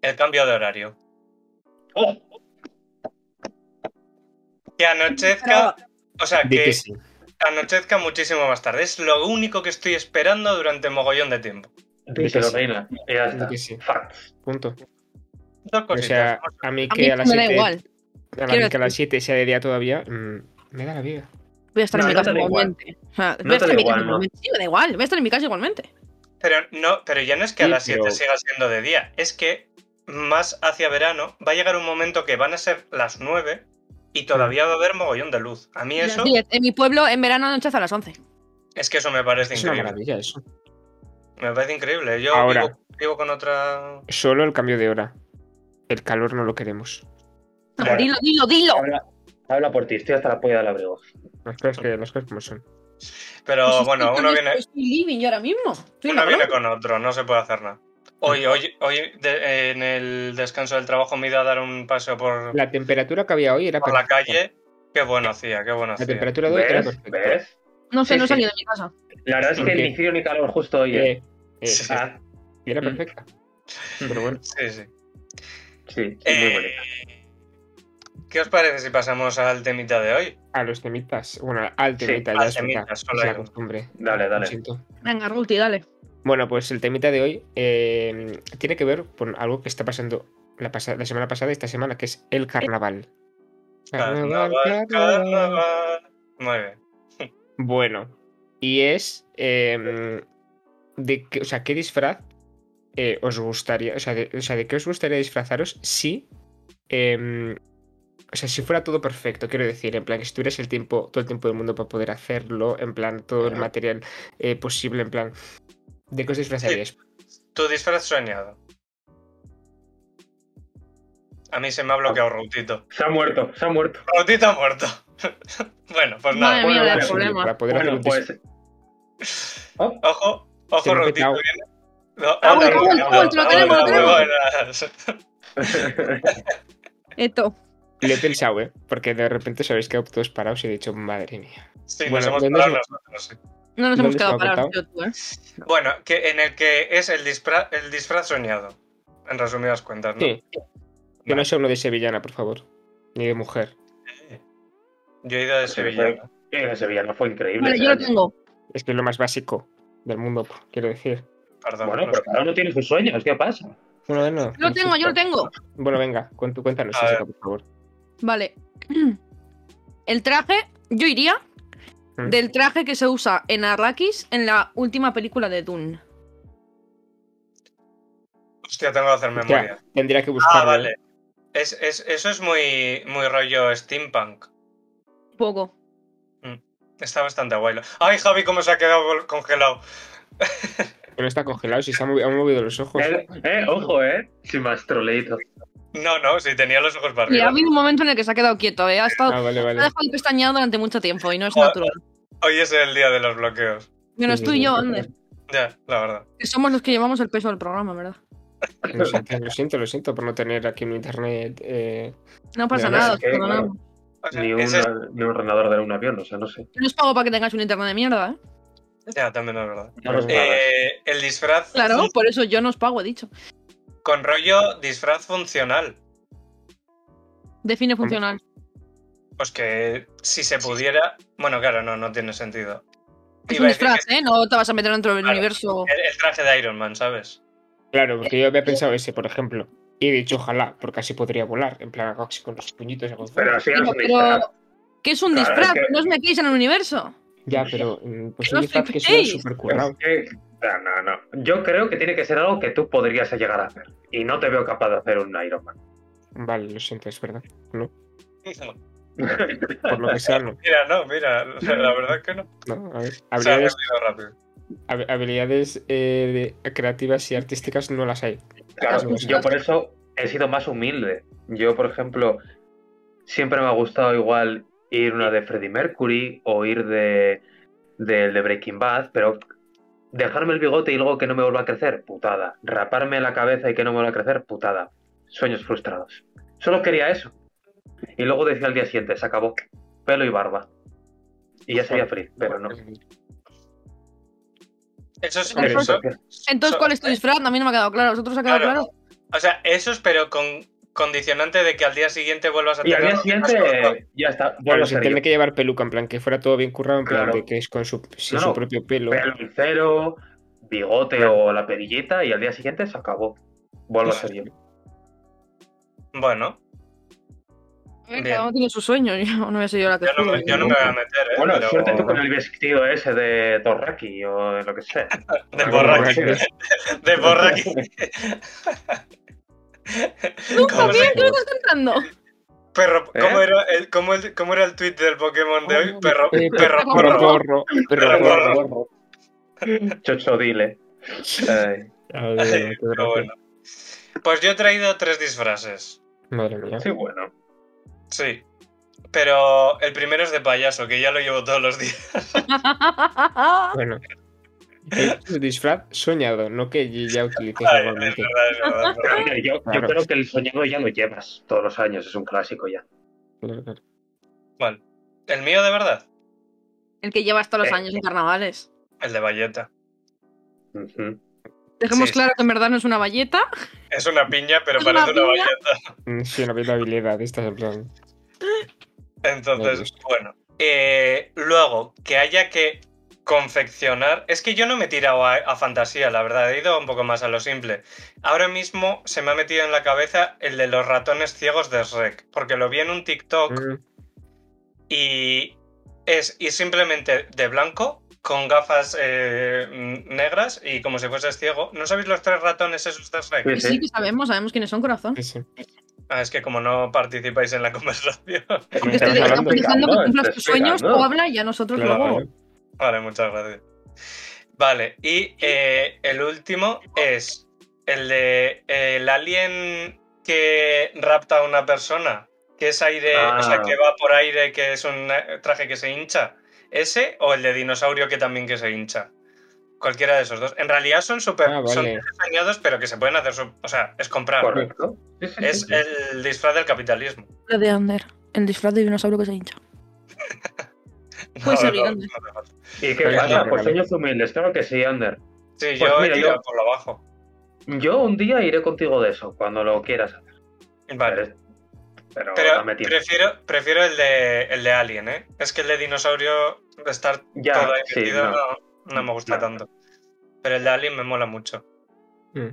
Speaker 1: El cambio de horario.
Speaker 4: ¡Oh!
Speaker 1: Que anochezca, o sea,
Speaker 2: Di
Speaker 1: que
Speaker 2: que sí.
Speaker 1: anochezca muchísimo más tarde. Es lo único que estoy esperando durante mogollón de tiempo.
Speaker 4: Díselo, reina. Y ya está.
Speaker 2: Di que sí.
Speaker 4: Facts.
Speaker 2: Punto.
Speaker 1: Dos
Speaker 2: O
Speaker 1: cositas.
Speaker 2: sea, a mí
Speaker 3: A mí
Speaker 2: que a las
Speaker 3: me da
Speaker 2: 7
Speaker 3: igual.
Speaker 2: a la-
Speaker 3: Quiero
Speaker 2: que a las 7 sea de día todavía, mm, me da la vida.
Speaker 3: Voy a estar
Speaker 4: No,
Speaker 3: en mi
Speaker 4: no
Speaker 3: casa
Speaker 4: te da igual.
Speaker 3: igualmente. O sea, voy
Speaker 4: No
Speaker 3: a
Speaker 4: te
Speaker 3: estar
Speaker 4: da
Speaker 3: en mi
Speaker 4: igual,
Speaker 3: casa
Speaker 4: ¿no?
Speaker 3: igualmente. Sí, me da igual. Voy a estar en mi casa igualmente.
Speaker 1: pero, no, pero ya no es que a
Speaker 2: Sí,
Speaker 1: las 7
Speaker 2: pero-
Speaker 1: siga siendo de día, es que más hacia verano va a llegar un momento que van a ser las 9 y todavía va a haber mogollón de luz. A mí
Speaker 3: Las
Speaker 1: eso
Speaker 3: 10. En mi pueblo, en verano, anochece a las 11.
Speaker 1: es que eso me parece
Speaker 2: Es una
Speaker 1: increíble.
Speaker 2: maravilla eso.
Speaker 1: Me parece increíble. Yo
Speaker 2: Ahora.
Speaker 1: vivo, vivo con otra...
Speaker 2: Solo el cambio de hora. El calor no lo queremos.
Speaker 3: No,
Speaker 4: Claro.
Speaker 3: dilo, dilo, dilo.
Speaker 4: Habla, habla por ti, estoy hasta la polla del abrigo.
Speaker 2: Las cosas, que, las cosas como son.
Speaker 1: Pero
Speaker 3: Pues *laughs* es que
Speaker 1: bueno,
Speaker 3: yo
Speaker 1: uno
Speaker 3: no
Speaker 1: viene...
Speaker 3: Estoy living yo ahora mismo. Estoy en
Speaker 1: Uno
Speaker 3: la
Speaker 1: viene
Speaker 3: broma.
Speaker 1: con otro, no se puede hacer nada. Hoy, hoy, hoy de- en el descanso del trabajo me he ido a dar un paseo por,
Speaker 2: La temperatura que había hoy era
Speaker 1: por la
Speaker 2: perfecta.
Speaker 1: calle. Qué bueno hacía, qué bueno
Speaker 2: La
Speaker 1: hacía.
Speaker 2: temperatura de hoy era
Speaker 4: ¿Ves?
Speaker 2: perfecta.
Speaker 4: ¿Ves?
Speaker 3: No sé,
Speaker 4: Sí,
Speaker 3: no he
Speaker 4: sí.
Speaker 3: salido de mi casa.
Speaker 4: La verdad es
Speaker 2: ¿Por
Speaker 4: que
Speaker 2: qué?
Speaker 4: ni frío ni calor justo hoy. ¿eh?
Speaker 2: Eh, eh,
Speaker 1: Sí.
Speaker 4: Ah,
Speaker 2: y era
Speaker 4: Mm.
Speaker 1: *laughs*
Speaker 2: perfecta. Pero bueno,
Speaker 1: Sí, sí.
Speaker 4: sí, sí, muy
Speaker 1: Eh,
Speaker 4: bonito.
Speaker 1: ¿Qué os parece si pasamos al temita de hoy?
Speaker 2: a los temitas. Bueno, al
Speaker 4: Sí,
Speaker 2: temita
Speaker 1: al
Speaker 2: ya es
Speaker 1: temita,
Speaker 2: verdad,
Speaker 1: solo
Speaker 2: es
Speaker 1: hay
Speaker 2: la
Speaker 1: uno.
Speaker 2: costumbre.
Speaker 4: Dale,
Speaker 2: Lo
Speaker 4: dale.
Speaker 2: siento.
Speaker 3: Venga, Rulti, dale.
Speaker 2: Bueno, pues el temita de hoy eh, tiene que ver con algo que está pasando la, pasa- la semana pasada y esta semana, que es el carnaval.
Speaker 4: Ah,
Speaker 1: Carnaval, carnaval. Muy bien.
Speaker 2: Bueno, y es em, de que, o sea, qué disfraz eh, os gustaría, o sea, de, o sea, de qué os gustaría disfrazaros si, em, o sea, si fuera todo perfecto, quiero decir, en plan, que si tuvieras el tiempo, todo el tiempo del mundo para poder hacerlo, en plan, todo el
Speaker 4: Ajá.
Speaker 2: material eh, posible, en plan, ¿de qué os disfrazaríais?
Speaker 1: Tu disfraz soñado. A mí se me ha bloqueado Rautito.
Speaker 4: Se ha muerto, se ha muerto.
Speaker 1: Rautito ha muerto. *laughs* bueno, pues nada.
Speaker 3: Madre mía,
Speaker 4: bueno,
Speaker 3: la
Speaker 4: vale,
Speaker 2: Posible,
Speaker 3: problema.
Speaker 2: Para poder hacer
Speaker 4: Bueno,
Speaker 2: un dis-
Speaker 4: pues. Oh,
Speaker 1: Ojo,
Speaker 2: Se
Speaker 1: ojo,
Speaker 2: lo he
Speaker 1: Rautito
Speaker 2: petao.
Speaker 1: viene. No,
Speaker 4: Ah,
Speaker 1: hola,
Speaker 4: bueno, lo
Speaker 1: Rautito.
Speaker 4: tenemos, lo tenemos, lo
Speaker 1: Hola, muy
Speaker 3: tenemos.
Speaker 1: buenas.
Speaker 3: Esto.
Speaker 2: Lo he pensado, ¿eh? Porque de repente sabéis que todos parados y he dicho, madre mía.
Speaker 1: Sí,
Speaker 2: Bueno,
Speaker 1: nos hemos
Speaker 2: ¿dónde
Speaker 1: parado
Speaker 2: es-
Speaker 1: nosotros, sí.
Speaker 3: No nos
Speaker 2: ¿Dónde
Speaker 3: hemos
Speaker 2: se
Speaker 3: quedado
Speaker 2: lo ha
Speaker 3: parados, yo tú, ¿eh?
Speaker 1: Bueno, que en el que es el disfraz, el disfraz soñado, en resumidas cuentas, ¿no?
Speaker 2: Sí, que no sea uno de sevillana, por favor, ni de mujer.
Speaker 1: Yo he ido de
Speaker 4: Sí,
Speaker 1: Sevilla.
Speaker 4: *laughs* eh, Sevilla no fue increíble. ¿eh?
Speaker 3: Vale,
Speaker 4: ese
Speaker 3: yo lo
Speaker 4: año.
Speaker 3: tengo.
Speaker 2: Es que es lo más básico del mundo, po, quiero decir.
Speaker 1: Perdón.
Speaker 4: Bueno,
Speaker 1: no
Speaker 4: pero
Speaker 1: sé.
Speaker 4: cada uno tiene sus sueños, ¿qué pasa?
Speaker 2: Bueno, bueno,
Speaker 3: Yo lo tengo, yo lo tengo.
Speaker 2: Bueno, venga, con tu cuenta no
Speaker 1: A ver.
Speaker 2: por favor.
Speaker 3: Vale. *clears throat* El traje, yo iría
Speaker 2: Mm.
Speaker 3: del traje que se usa en Arrakis en la última película de Dune.
Speaker 1: Hostia, tengo que hacer
Speaker 2: Hostia,
Speaker 1: memoria.
Speaker 2: tendría que
Speaker 1: ah,
Speaker 2: buscarlo. ¿eh?
Speaker 1: vale. Es, es- eso es muy, muy rollo steampunk.
Speaker 3: Un poco.
Speaker 1: Está bastante guay. lo- Ay, Javi, cómo se ha quedado gol- congelado.
Speaker 2: Pero está congelado, si se han movi- han movido, los ojos.
Speaker 4: Eh, eh, ojo, eh. Sin más troleito.
Speaker 1: No, no, sí, tenía los ojos para
Speaker 3: Y ha
Speaker 1: arriba.
Speaker 3: habido un momento en el que se ha quedado quieto, ¿eh? Ha estado.
Speaker 2: Ah, vale,
Speaker 3: Ha
Speaker 2: vale.
Speaker 3: dejado el pestañeado durante mucho tiempo y no es
Speaker 1: Joder.
Speaker 3: natural.
Speaker 1: Hoy es el día de los bloqueos.
Speaker 3: Menos tú y yo, Ander,
Speaker 1: Ya, la verdad.
Speaker 3: que somos los que llevamos el peso del programa, ¿verdad?
Speaker 2: Lo siento, lo siento, lo siento por no tener aquí un internet. eh,
Speaker 3: No pasa
Speaker 2: Mira,
Speaker 3: nada,
Speaker 4: no
Speaker 3: os
Speaker 4: sé qué,
Speaker 3: perdonamos.
Speaker 1: O sea,
Speaker 4: Ni un,
Speaker 1: ese-
Speaker 4: ni un ordenador de un avión, o sea, no sé.
Speaker 3: No os pago para que tengáis un internet de mierda, ¿eh?
Speaker 1: Ya, también es verdad.
Speaker 4: No nos
Speaker 2: Eh,
Speaker 4: pagas.
Speaker 1: Eh, el disfraz
Speaker 3: Claro, por eso yo no os pago, he dicho.
Speaker 1: con rollo disfraz funcional.
Speaker 3: Define funcional.
Speaker 1: Pues que si se pudiera. Bueno, claro, no, no tiene sentido.
Speaker 3: Es
Speaker 1: Iba
Speaker 3: un
Speaker 1: a decir
Speaker 3: disfraz, ¿eh? No te vas a meter dentro del
Speaker 1: Claro.
Speaker 3: universo.
Speaker 1: que el, el traje de Iron Man,
Speaker 4: *laughs*
Speaker 1: ¿sabes?
Speaker 2: Claro, porque yo
Speaker 3: Eh,
Speaker 2: había pensado ese, por ejemplo. Y he dicho, ojalá, porque así podría volar. En plan, así con los puñitos. hago-
Speaker 4: Pero así es
Speaker 3: Pero,
Speaker 4: un disfraz.
Speaker 3: ¿Qué es un
Speaker 4: Claro,
Speaker 3: disfraz?
Speaker 4: es que-
Speaker 3: No os metéis en el universo.
Speaker 2: Ya, pero. mm, Pues
Speaker 3: Que
Speaker 2: un
Speaker 3: no
Speaker 2: disfraz que sea
Speaker 3: flipéis.
Speaker 2: súper currado.
Speaker 4: Es que- No, no, no. Yo creo que tiene que ser algo que tú podrías llegar a hacer. Y no te veo capaz de hacer un Iron Man.
Speaker 2: Vale, lo siento, es verdad. *laughs* Por
Speaker 1: *laughs*
Speaker 2: lo
Speaker 4: Por
Speaker 2: que sea, no.
Speaker 1: Mira, no, mira, la la verdad es que no.
Speaker 2: ¿no? A ver,
Speaker 1: Se ha
Speaker 2: habilidades,
Speaker 1: perdido rápido.
Speaker 2: hab- habilidades eh, de- creativas y artísticas no las hay.
Speaker 4: Claro,
Speaker 2: Claro.
Speaker 4: yo por eso he sido más humilde. Yo, por ejemplo, siempre me ha gustado igual ir una de Freddie Mercury o ir de del de Breaking Bad, pero dejarme el bigote y luego que no me vuelva a crecer, putada. Raparme la cabeza y que no me vuelva a crecer, putada. Sueños frustrados. Solo quería eso. Y luego decía al día siguiente, se acabó. Pelo y barba. Y ya sería feliz, pero no.
Speaker 1: Eso es
Speaker 2: Hombre,
Speaker 1: eso.
Speaker 3: Entonces,
Speaker 1: So- eh,
Speaker 3: ¿cuál es tu disfraz? A mí no me ha quedado claro. ¿Vosotros os ha quedado
Speaker 1: Claro.
Speaker 3: claro?
Speaker 1: O sea, eso es, pero con condicionante de que al día siguiente vuelvas a
Speaker 4: Y
Speaker 1: tener.
Speaker 4: al día
Speaker 1: los mismos cortos.
Speaker 4: siguiente ya está. Vuelvo
Speaker 2: Bueno,
Speaker 4: a
Speaker 2: se
Speaker 4: ser yo.
Speaker 2: tiene que llevar peluca, en plan, que fuera todo bien currado, en plan,
Speaker 4: Claro.
Speaker 2: de que es con su, sin
Speaker 4: No,
Speaker 2: su
Speaker 4: no,
Speaker 2: propio pelo.
Speaker 4: pelo cero, bigote o la perillita y al día siguiente se acabó. Vuelvo a ser yo.
Speaker 1: Bueno,
Speaker 3: A ver,
Speaker 1: Bien.
Speaker 3: Cada uno tiene su sueño. Yo *laughs* no voy a ser yo la que
Speaker 1: yo no, me-
Speaker 3: juzgue.
Speaker 1: yo no me voy a meter, ¿eh?
Speaker 4: Bueno,
Speaker 1: pero-
Speaker 4: suerte tú con el vestido ese de Torraki o de lo que *laughs* sea.
Speaker 1: De
Speaker 2: Bueno,
Speaker 1: borra aquí.
Speaker 2: bueno.
Speaker 1: De borra aquí.
Speaker 4: *laughs*
Speaker 1: *laughs*
Speaker 3: ¡Nunca
Speaker 1: ¿Cómo se-
Speaker 3: bien! ¿Qué me estás contando?
Speaker 1: Perro,
Speaker 4: ¿Eh?
Speaker 1: ¿cómo, era el, cómo, el- cómo era el tweet del Pokémon de hoy? Perro,
Speaker 2: Eh,
Speaker 1: perro,
Speaker 3: Oh, perro
Speaker 1: porro.
Speaker 2: Perro porro, perro
Speaker 1: Perro
Speaker 2: porro.
Speaker 4: *laughs* Chocho dile. Ay,
Speaker 2: Ay, qué
Speaker 1: *laughs* Pero
Speaker 2: gracia.
Speaker 1: bueno. Pues yo he traído tres disfraces.
Speaker 2: Madre mía.
Speaker 4: sí, bueno.
Speaker 1: Sí. Pero el primero es de payaso, que ya lo llevo todos los días. *laughs*
Speaker 2: Bueno. Es un disfraz soñado, no que ya utilices
Speaker 1: Ay, *laughs* es
Speaker 2: normalmente.
Speaker 1: verdad, es verdad, es
Speaker 3: Ah.
Speaker 1: verdad.
Speaker 4: A ver, yo, yo
Speaker 2: Claro.
Speaker 4: creo que el soñado ya lo llevas todos los años, es un clásico ya.
Speaker 2: Claro, claro.
Speaker 1: Vale. El mío de verdad,
Speaker 3: *laughs* El que lleva hasta los años en carnavales.
Speaker 1: el de Valleta.
Speaker 4: Ujú.
Speaker 3: Dejemos
Speaker 1: Sí, sí.
Speaker 3: claro que en verdad no es una valleta.
Speaker 1: Es una piña, pero
Speaker 3: ¿Es
Speaker 1: parece
Speaker 3: una
Speaker 1: una
Speaker 3: piña?
Speaker 1: valleta.
Speaker 2: Mm, Sí, no veo habilidad estas en plan.
Speaker 1: Entonces,
Speaker 2: Vale.
Speaker 1: bueno. Eh, luego, que haya que confeccionar. Es que yo no me he tirado a, a fantasía, la verdad, he ido un poco más a lo simple. Ahora mismo se me ha metido en la cabeza el de los ratones ciegos de Shrek, porque lo vi en un TikTok
Speaker 2: Mm,
Speaker 1: y es ir simplemente de blanco con gafas eh, mm, negras y como si fueses ciego. ¿No sabéis los tres ratones esos de Shrek?
Speaker 3: Que
Speaker 4: Sí.
Speaker 3: sí que sabemos, sabemos quiénes son, corazón.
Speaker 2: sí, sí.
Speaker 1: Ah, es que como no participáis en la *laughs* conversación.
Speaker 3: Porque estoy
Speaker 4: Estamos hablando de
Speaker 3: deseando que
Speaker 4: Candor,
Speaker 3: cumplas
Speaker 4: te
Speaker 3: tus sueños,
Speaker 4: explican, ¿no?
Speaker 3: tú habla y a nosotros
Speaker 2: Claro,
Speaker 3: luego.
Speaker 2: claro.
Speaker 1: Vale, muchas gracias. Vale, y eh, el último es el de eh, el alien que rapta a una persona, que es aire, o sea,
Speaker 4: Ah.
Speaker 1: que va por aire, que es un eh, traje que se hincha. ¿Ese o el de dinosaurio que también que se hincha? Cualquiera de esos dos. En realidad son súper
Speaker 2: Ah,
Speaker 1: son
Speaker 2: vale.
Speaker 1: diseñados, pero que se pueden hacer, su- o sea, es comprar.
Speaker 4: Correcto. Sí, sí, sí.
Speaker 1: Es el disfraz del capitalismo.
Speaker 3: La de Ander, el disfraz de dinosaurio que se hincha. Pues
Speaker 1: *laughs* No,
Speaker 3: sí,
Speaker 1: no,
Speaker 3: Ander.
Speaker 1: no, no.
Speaker 4: ¿Y qué
Speaker 2: Vale,
Speaker 4: pasa?
Speaker 2: vale,
Speaker 4: Por
Speaker 2: vale.
Speaker 4: sueños humildes, claro que sí, Ander.
Speaker 1: Sí,
Speaker 4: Pues
Speaker 1: yo he
Speaker 4: mira, yo-
Speaker 1: tirado por lo bajo.
Speaker 4: Yo un día iré contigo de eso, cuando lo quieras hacer.
Speaker 1: Vale.
Speaker 4: Pero,
Speaker 1: Pero
Speaker 4: dame tiempo.
Speaker 1: prefiero, prefiero el, de, el de Alien, ¿eh? Es que el de dinosaurio, de estar
Speaker 4: Ya,
Speaker 1: todo ahí
Speaker 4: sí,
Speaker 1: metido,
Speaker 4: no.
Speaker 1: no. no me gusta
Speaker 4: No.
Speaker 1: tanto. Pero el de Alien me mola mucho.
Speaker 2: Mm.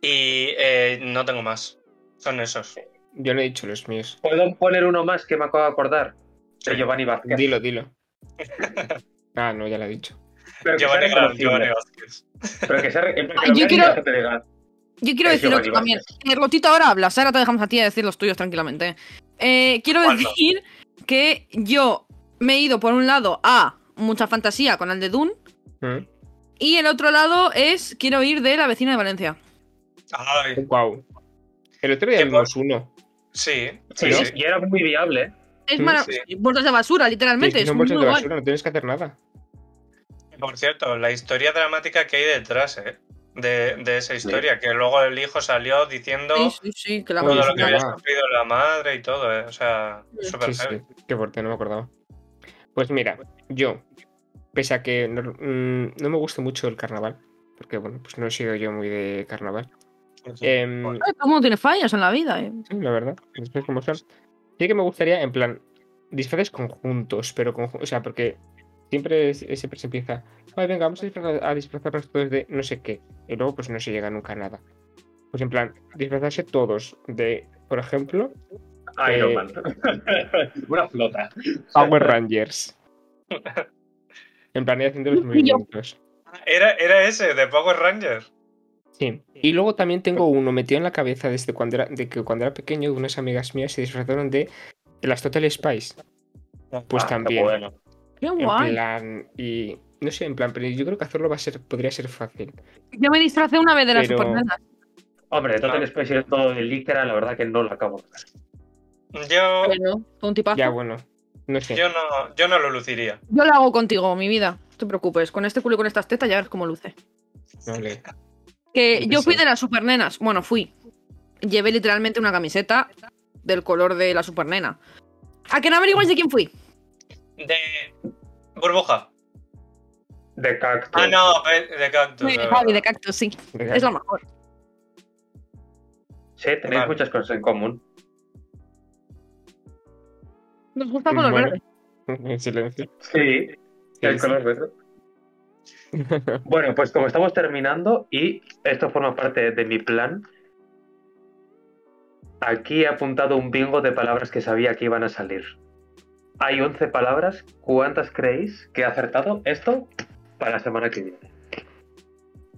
Speaker 1: Y eh, no tengo más. Son esos.
Speaker 2: Yo no he dicho los míos.
Speaker 4: ¿Puedo poner uno más que me acabo de acordar? De Giovanni Vázquez.
Speaker 2: Dilo, dilo. Ah, no, ya lo he dicho.
Speaker 4: Pero que sea
Speaker 1: Giovanni Gran, Giovanni
Speaker 4: reconocible.
Speaker 1: Vázquez.
Speaker 4: Pero que sea re- en plan,
Speaker 3: Ah,
Speaker 4: que
Speaker 3: yo
Speaker 4: lo vean y
Speaker 3: quiero-
Speaker 4: la gente diga,
Speaker 3: Yo quiero
Speaker 4: Es
Speaker 3: decir
Speaker 4: Giovanni
Speaker 3: otro también. Eh, Rotito, ahora habla. Sara, te dejamos a ti a decir los tuyos tranquilamente. Eh, quiero
Speaker 1: Bueno.
Speaker 3: decir que yo me he ido por un lado a mucha fantasía con el de Dune
Speaker 2: Mm,
Speaker 3: y el otro lado es quiero ir de la vecina de Valencia.
Speaker 1: Ay,
Speaker 2: Guau. El otro día
Speaker 1: Que por-
Speaker 2: vimos uno.
Speaker 1: sí, sí,
Speaker 4: Sí,
Speaker 1: sí.
Speaker 4: Y era muy viable.
Speaker 3: Es
Speaker 2: Mm,
Speaker 3: maravilloso.
Speaker 1: sí.
Speaker 3: Bolsas de basura,
Speaker 2: Que
Speaker 3: literalmente.
Speaker 2: son
Speaker 3: es muy
Speaker 2: bolsas de
Speaker 3: guay.
Speaker 2: basura, no tienes que hacer nada.
Speaker 1: Por cierto, la historia dramática que hay detrás, ¿eh? De, de esa historia, que luego el hijo salió diciendo
Speaker 3: Sí, sí, sí, que la
Speaker 2: Bueno,
Speaker 1: todo
Speaker 3: conozco.
Speaker 1: lo que había
Speaker 2: verdad.
Speaker 1: sufrido la madre y todo, ¿eh? O sea,
Speaker 3: Sí,
Speaker 1: súper
Speaker 2: Sí,
Speaker 1: heavy.
Speaker 2: sí, qué fuerte, no me acordaba. Pues mira, yo, pese a que no, mm, no me gusta mucho el carnaval, porque bueno, pues no he sido yo muy de carnaval.
Speaker 3: Eh,
Speaker 2: em,
Speaker 3: Ay, Ah, ¿Cómo tiene fallas en la vida? eh.
Speaker 2: sí, la verdad, después como son. Sí que me gustaría, en plan, disfraces conjuntos, pero conju- o sea, porque siempre, es- siempre se empieza, "Ay, venga, vamos a, disfrazar, a disfrazarnos todos de no sé qué, y luego pues no se llega nunca a nada. Pues en plan, disfrazarse todos de, por ejemplo,
Speaker 4: Iron
Speaker 1: *laughs*
Speaker 2: Eh,
Speaker 4: Man. Una flota.
Speaker 2: Power Rangers. En plan, ir haciendo los
Speaker 3: Y yo.
Speaker 2: movimientos.
Speaker 1: Era, era ese, de Power Rangers.
Speaker 2: Sí. Y luego también tengo uno metido en la cabeza desde cuando era, de que cuando era pequeño, unas amigas mías se disfrazaron de, de las Total Spice. Pues
Speaker 4: Ah, qué
Speaker 2: también.
Speaker 4: bueno.
Speaker 3: Qué
Speaker 2: En
Speaker 3: guay.
Speaker 2: plan. Y. No sé, en plan, pero yo creo que hacerlo va a ser, podría ser fácil.
Speaker 3: Yo me disfracé una vez de las
Speaker 2: Pero-
Speaker 3: supernanas.
Speaker 4: Hombre, Total
Speaker 1: Ah.
Speaker 4: Space era todo de Licra, la verdad que no lo acabo de ver.
Speaker 1: Yo,
Speaker 3: Pero, con un tipazo.
Speaker 2: Ya, bueno. No sé.
Speaker 1: yo, no, yo no lo luciría.
Speaker 3: Yo lo hago contigo, mi vida. No te preocupes. Con este culo y con estas tetas ya ves cómo luce.
Speaker 2: no le-
Speaker 3: Que
Speaker 2: Yo
Speaker 3: yo
Speaker 2: qué
Speaker 3: fui
Speaker 2: sé.
Speaker 3: de las supernenas. Bueno, fui. Llevé literalmente una camiseta del color de la supernena. ¿A que no averiguáis de quién fui?
Speaker 1: De. Burbuja.
Speaker 4: De Cactus.
Speaker 1: Ah, no, pe- de cactus. de
Speaker 3: Javi,
Speaker 1: verdad.
Speaker 3: Ah, de cactus, sí.
Speaker 2: Venga,
Speaker 3: Es lo mejor.
Speaker 4: Sí, tenéis
Speaker 1: Vale.
Speaker 4: muchas cosas en común.
Speaker 3: Nos gusta el color
Speaker 2: bueno.
Speaker 3: verde.
Speaker 2: *laughs* En silencio.
Speaker 4: Sí,
Speaker 2: Sí,
Speaker 4: el
Speaker 2: *laughs*
Speaker 4: color verde. Bueno, pues como estamos terminando y esto forma parte de mi plan, aquí he apuntado un bingo de palabras que sabía que iban a salir. Hay 11 palabras, ¿cuántas creéis que he acertado esto para la semana que viene?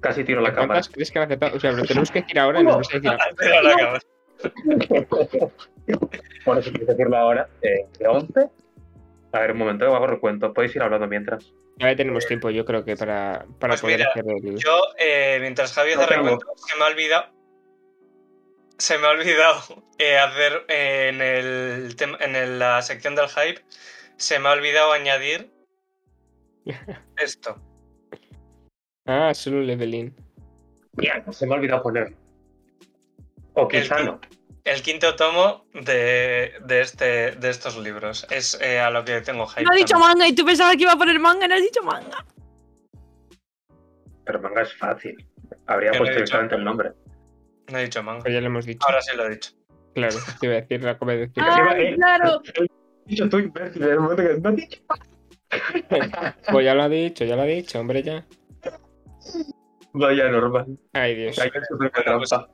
Speaker 4: Casi tiro la cámara.
Speaker 2: ¿Cuántas crees que han aceptado? O sea, lo tenemos que decir ahora y nos vas a decir.
Speaker 1: Ah, Pero la acabas.
Speaker 4: Por eso quiero decirlo ahora. eh, de 11. A ver, un momento, hago recuento. Podéis ir hablando mientras.
Speaker 2: Ahora tenemos tiempo, yo creo que para, para
Speaker 1: Pues
Speaker 2: poder
Speaker 1: mira,
Speaker 2: hacer el.
Speaker 1: Yo, eh, mientras Javi hace
Speaker 4: No tengo.
Speaker 1: recuento, se me ha olvidado. Se me ha olvidado eh, hacer eh, en, el tem- en el- la sección del hype. Se me ha olvidado añadir esto.
Speaker 2: Ah, solo leveling.
Speaker 4: Mierda, se me ha olvidado ponerlo. O
Speaker 1: El-
Speaker 4: quizá no.
Speaker 1: El quinto tomo de, de este, de estos libros. Es eh, a lo que tengo hype.
Speaker 3: No ha dicho
Speaker 1: también.
Speaker 3: manga y tú pensabas que iba a poner manga, no has dicho manga.
Speaker 4: Pero manga es fácil.
Speaker 1: Yo
Speaker 4: Habría
Speaker 1: lo he
Speaker 4: puesto
Speaker 1: hecho.
Speaker 4: directamente el *laughs* nombre.
Speaker 1: No he dicho manga.
Speaker 2: Pues ya lo hemos dicho.
Speaker 1: Ahora sí lo he dicho.
Speaker 2: Claro, te iba a decir la comedia.
Speaker 3: Ay, claro.
Speaker 4: Dicho tú, imbécil, en el momento que no has dicho.
Speaker 2: Pues ya lo ha dicho, ya lo ha dicho, hombre, ya.
Speaker 4: Vaya normal.
Speaker 2: Ay, Dios.
Speaker 4: Hay que sufrir la
Speaker 1: Bueno, pues-
Speaker 4: trampa.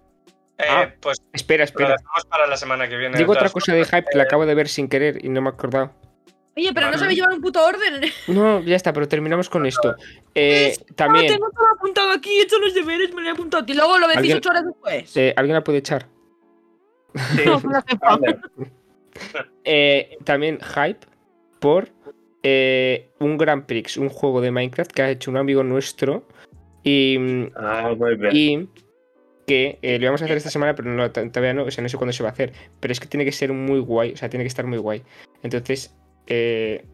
Speaker 1: Eh,
Speaker 2: Ah,
Speaker 1: pues
Speaker 2: Espera,
Speaker 1: lo
Speaker 2: espera.
Speaker 1: dejamos para la semana que viene. de
Speaker 2: Digo otra
Speaker 1: todas
Speaker 2: cosa de hype que la acabo de ver sin querer y no me he acordado.
Speaker 3: Oye, pero no
Speaker 1: Vale.
Speaker 3: sabéis llevar un puto orden.
Speaker 2: No, ya está, pero terminamos con esto. Eh,
Speaker 3: Pues, No,
Speaker 2: también,
Speaker 3: Ah, tengo todo apuntado aquí, he hecho los deberes, me lo he apuntado. Y luego lo decís
Speaker 2: Alguien-
Speaker 3: ocho horas después.
Speaker 2: eh, ¿alguien la puede echar?
Speaker 4: Sí,
Speaker 3: No, no hace falta.
Speaker 4: anda.
Speaker 2: Eh, también hype por eh, un Grand Prix, un juego de Minecraft que ha hecho un amigo nuestro y, mm,
Speaker 4: Ah, muy bien.
Speaker 2: y que eh, lo íbamos a hacer esta semana, pero no, t- todavía no, o sea, no sé cuándo se va a hacer. Pero es que tiene que ser muy guay, o sea, tiene que estar muy guay. Entonces, eh,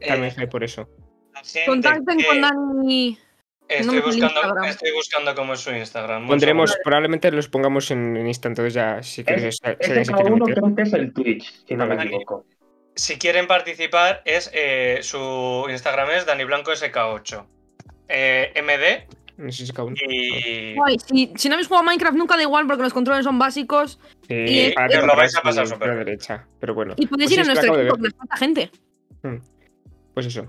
Speaker 1: Eh,
Speaker 2: también hype por eso.
Speaker 1: la gente
Speaker 3: Contacten
Speaker 1: que
Speaker 2: Eh,
Speaker 3: con Dani. no
Speaker 1: Estoy
Speaker 3: me sale
Speaker 1: buscando,
Speaker 3: Instagram.
Speaker 1: estoy buscando cómo es su Instagram. Un
Speaker 2: Pondremos,
Speaker 1: segundo.
Speaker 2: probablemente los pongamos en, en Insta, entonces ya si queréis. si
Speaker 4: Este
Speaker 2: alguien se quiere
Speaker 4: K1
Speaker 2: meter.
Speaker 4: creo que es el Twitch, si no me
Speaker 1: Vale.
Speaker 4: equivoco.
Speaker 1: Si quieren participar, es eh, su Instagram es daniblancosk8. Eh, MD
Speaker 2: No sé si es K1.
Speaker 1: y,
Speaker 2: eh,
Speaker 3: Guay, si, si no habéis jugado a Minecraft, nunca da igual porque los controles son básicos.
Speaker 2: Sí,
Speaker 3: Y-
Speaker 1: y
Speaker 2: ahora
Speaker 1: os
Speaker 2: tengo
Speaker 1: lo
Speaker 2: que
Speaker 1: vais a
Speaker 2: ver
Speaker 1: pasar
Speaker 2: si
Speaker 1: súper
Speaker 2: la
Speaker 1: bien.
Speaker 2: derecha, pero bueno.
Speaker 3: Y podéis
Speaker 2: Pues
Speaker 3: ir a
Speaker 2: sí, es que
Speaker 3: nuestro
Speaker 2: acabo de
Speaker 3: equipo,
Speaker 2: ver.
Speaker 3: que nos falta gente.
Speaker 2: Pues eso,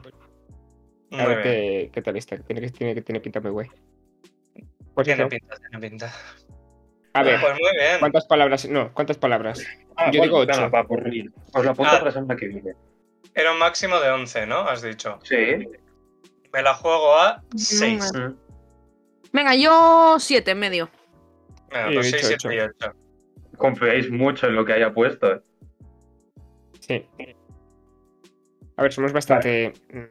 Speaker 2: a
Speaker 1: muy bien.
Speaker 2: ver qué, qué tal está. que Tiene, que- tiene, que- tiene pinta muy guay. Pues
Speaker 1: Tiene
Speaker 2: eso,
Speaker 1: pinta, tiene pinta.
Speaker 2: a ver,
Speaker 1: Pues muy bien.
Speaker 2: ¿cuántas palabras? No, ¿cuántas palabras?
Speaker 4: Ah,
Speaker 2: Yo digo
Speaker 4: bueno,
Speaker 2: ocho.
Speaker 4: nada, va a ocurrir. Os lo apunto
Speaker 1: Ah.
Speaker 4: para la semana que viene.
Speaker 1: Era un máximo de 11, ¿no? Has dicho.
Speaker 4: Sí.
Speaker 1: Me la juego a 6.
Speaker 4: Mm.
Speaker 3: Venga, yo siete en medio.
Speaker 1: Venga,
Speaker 2: Yo he
Speaker 1: pues
Speaker 2: dicho
Speaker 1: 6, 7 y 8.
Speaker 4: Confiáis mucho en lo que haya puesto. eh.
Speaker 2: Sí. A ver, somos bastante. mm,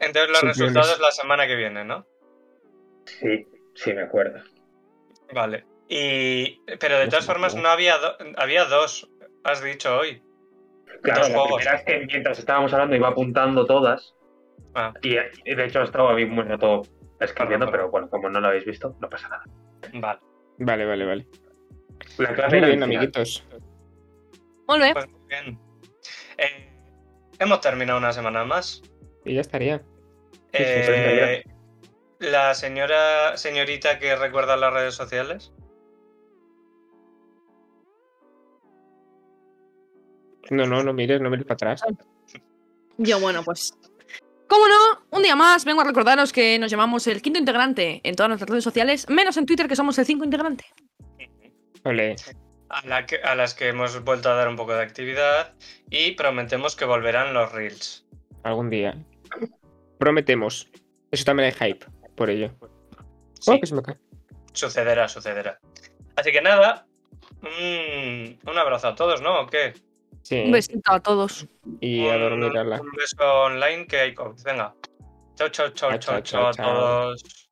Speaker 1: Entonces los
Speaker 2: Sí,
Speaker 1: resultados
Speaker 2: tienes.
Speaker 1: la semana que viene, ¿no?
Speaker 4: Sí, sí, me acuerdo.
Speaker 1: Vale. Y... Pero de
Speaker 2: No
Speaker 1: todas
Speaker 2: sé,
Speaker 1: formas
Speaker 2: no.
Speaker 1: no había, do- había dos, has dicho hoy.
Speaker 4: Claro,
Speaker 1: Dos
Speaker 4: la
Speaker 1: juegos.
Speaker 4: primera es que mientras estábamos hablando iba apuntando todas
Speaker 1: Ah,
Speaker 4: Y eh, de hecho, he estado a mí muy rato escribiendo,
Speaker 1: Perdón, perdón.
Speaker 4: pero bueno, como no lo habéis visto, no pasa nada.
Speaker 1: vale.
Speaker 2: Vale, vale, vale.
Speaker 4: La clave
Speaker 2: Muy
Speaker 4: era
Speaker 2: bien,
Speaker 4: el final.
Speaker 2: amiguitos.
Speaker 3: Muy bien.
Speaker 1: Pues muy bien. Eh, hemos terminado una semana más.
Speaker 2: Y ya estaría.
Speaker 4: Sí, sí,
Speaker 1: Eh,
Speaker 4: sí, sí,
Speaker 1: la señora, señorita que recuerda las redes sociales.
Speaker 2: No, no, no mires, no mires para atrás.
Speaker 3: Yo, bueno, pues. Como no, un día más vengo a recordaros que nos llamamos el quinto integrante en todas nuestras redes sociales, menos en Twitter que somos el cinco integrante.
Speaker 2: Ole.
Speaker 1: A, la que- a las que hemos vuelto a dar un poco de actividad y prometemos que volverán los reels.
Speaker 2: algún día. Prometemos. Eso también hay hype por ello.
Speaker 1: Sí.
Speaker 2: Oh, que se me cae.
Speaker 1: Sucederá, sucederá. Así que nada, un, un abrazo a todos, ¿no? ¿O qué?
Speaker 2: Sí,
Speaker 3: Un besito a todos.
Speaker 2: y a
Speaker 1: Ah.
Speaker 2: dormir ala.
Speaker 1: Un beso online que hay COVID. Venga. Chao, chao, chao, chao,
Speaker 2: Chao, chao,
Speaker 1: chao a
Speaker 2: chao, chao.
Speaker 1: todos.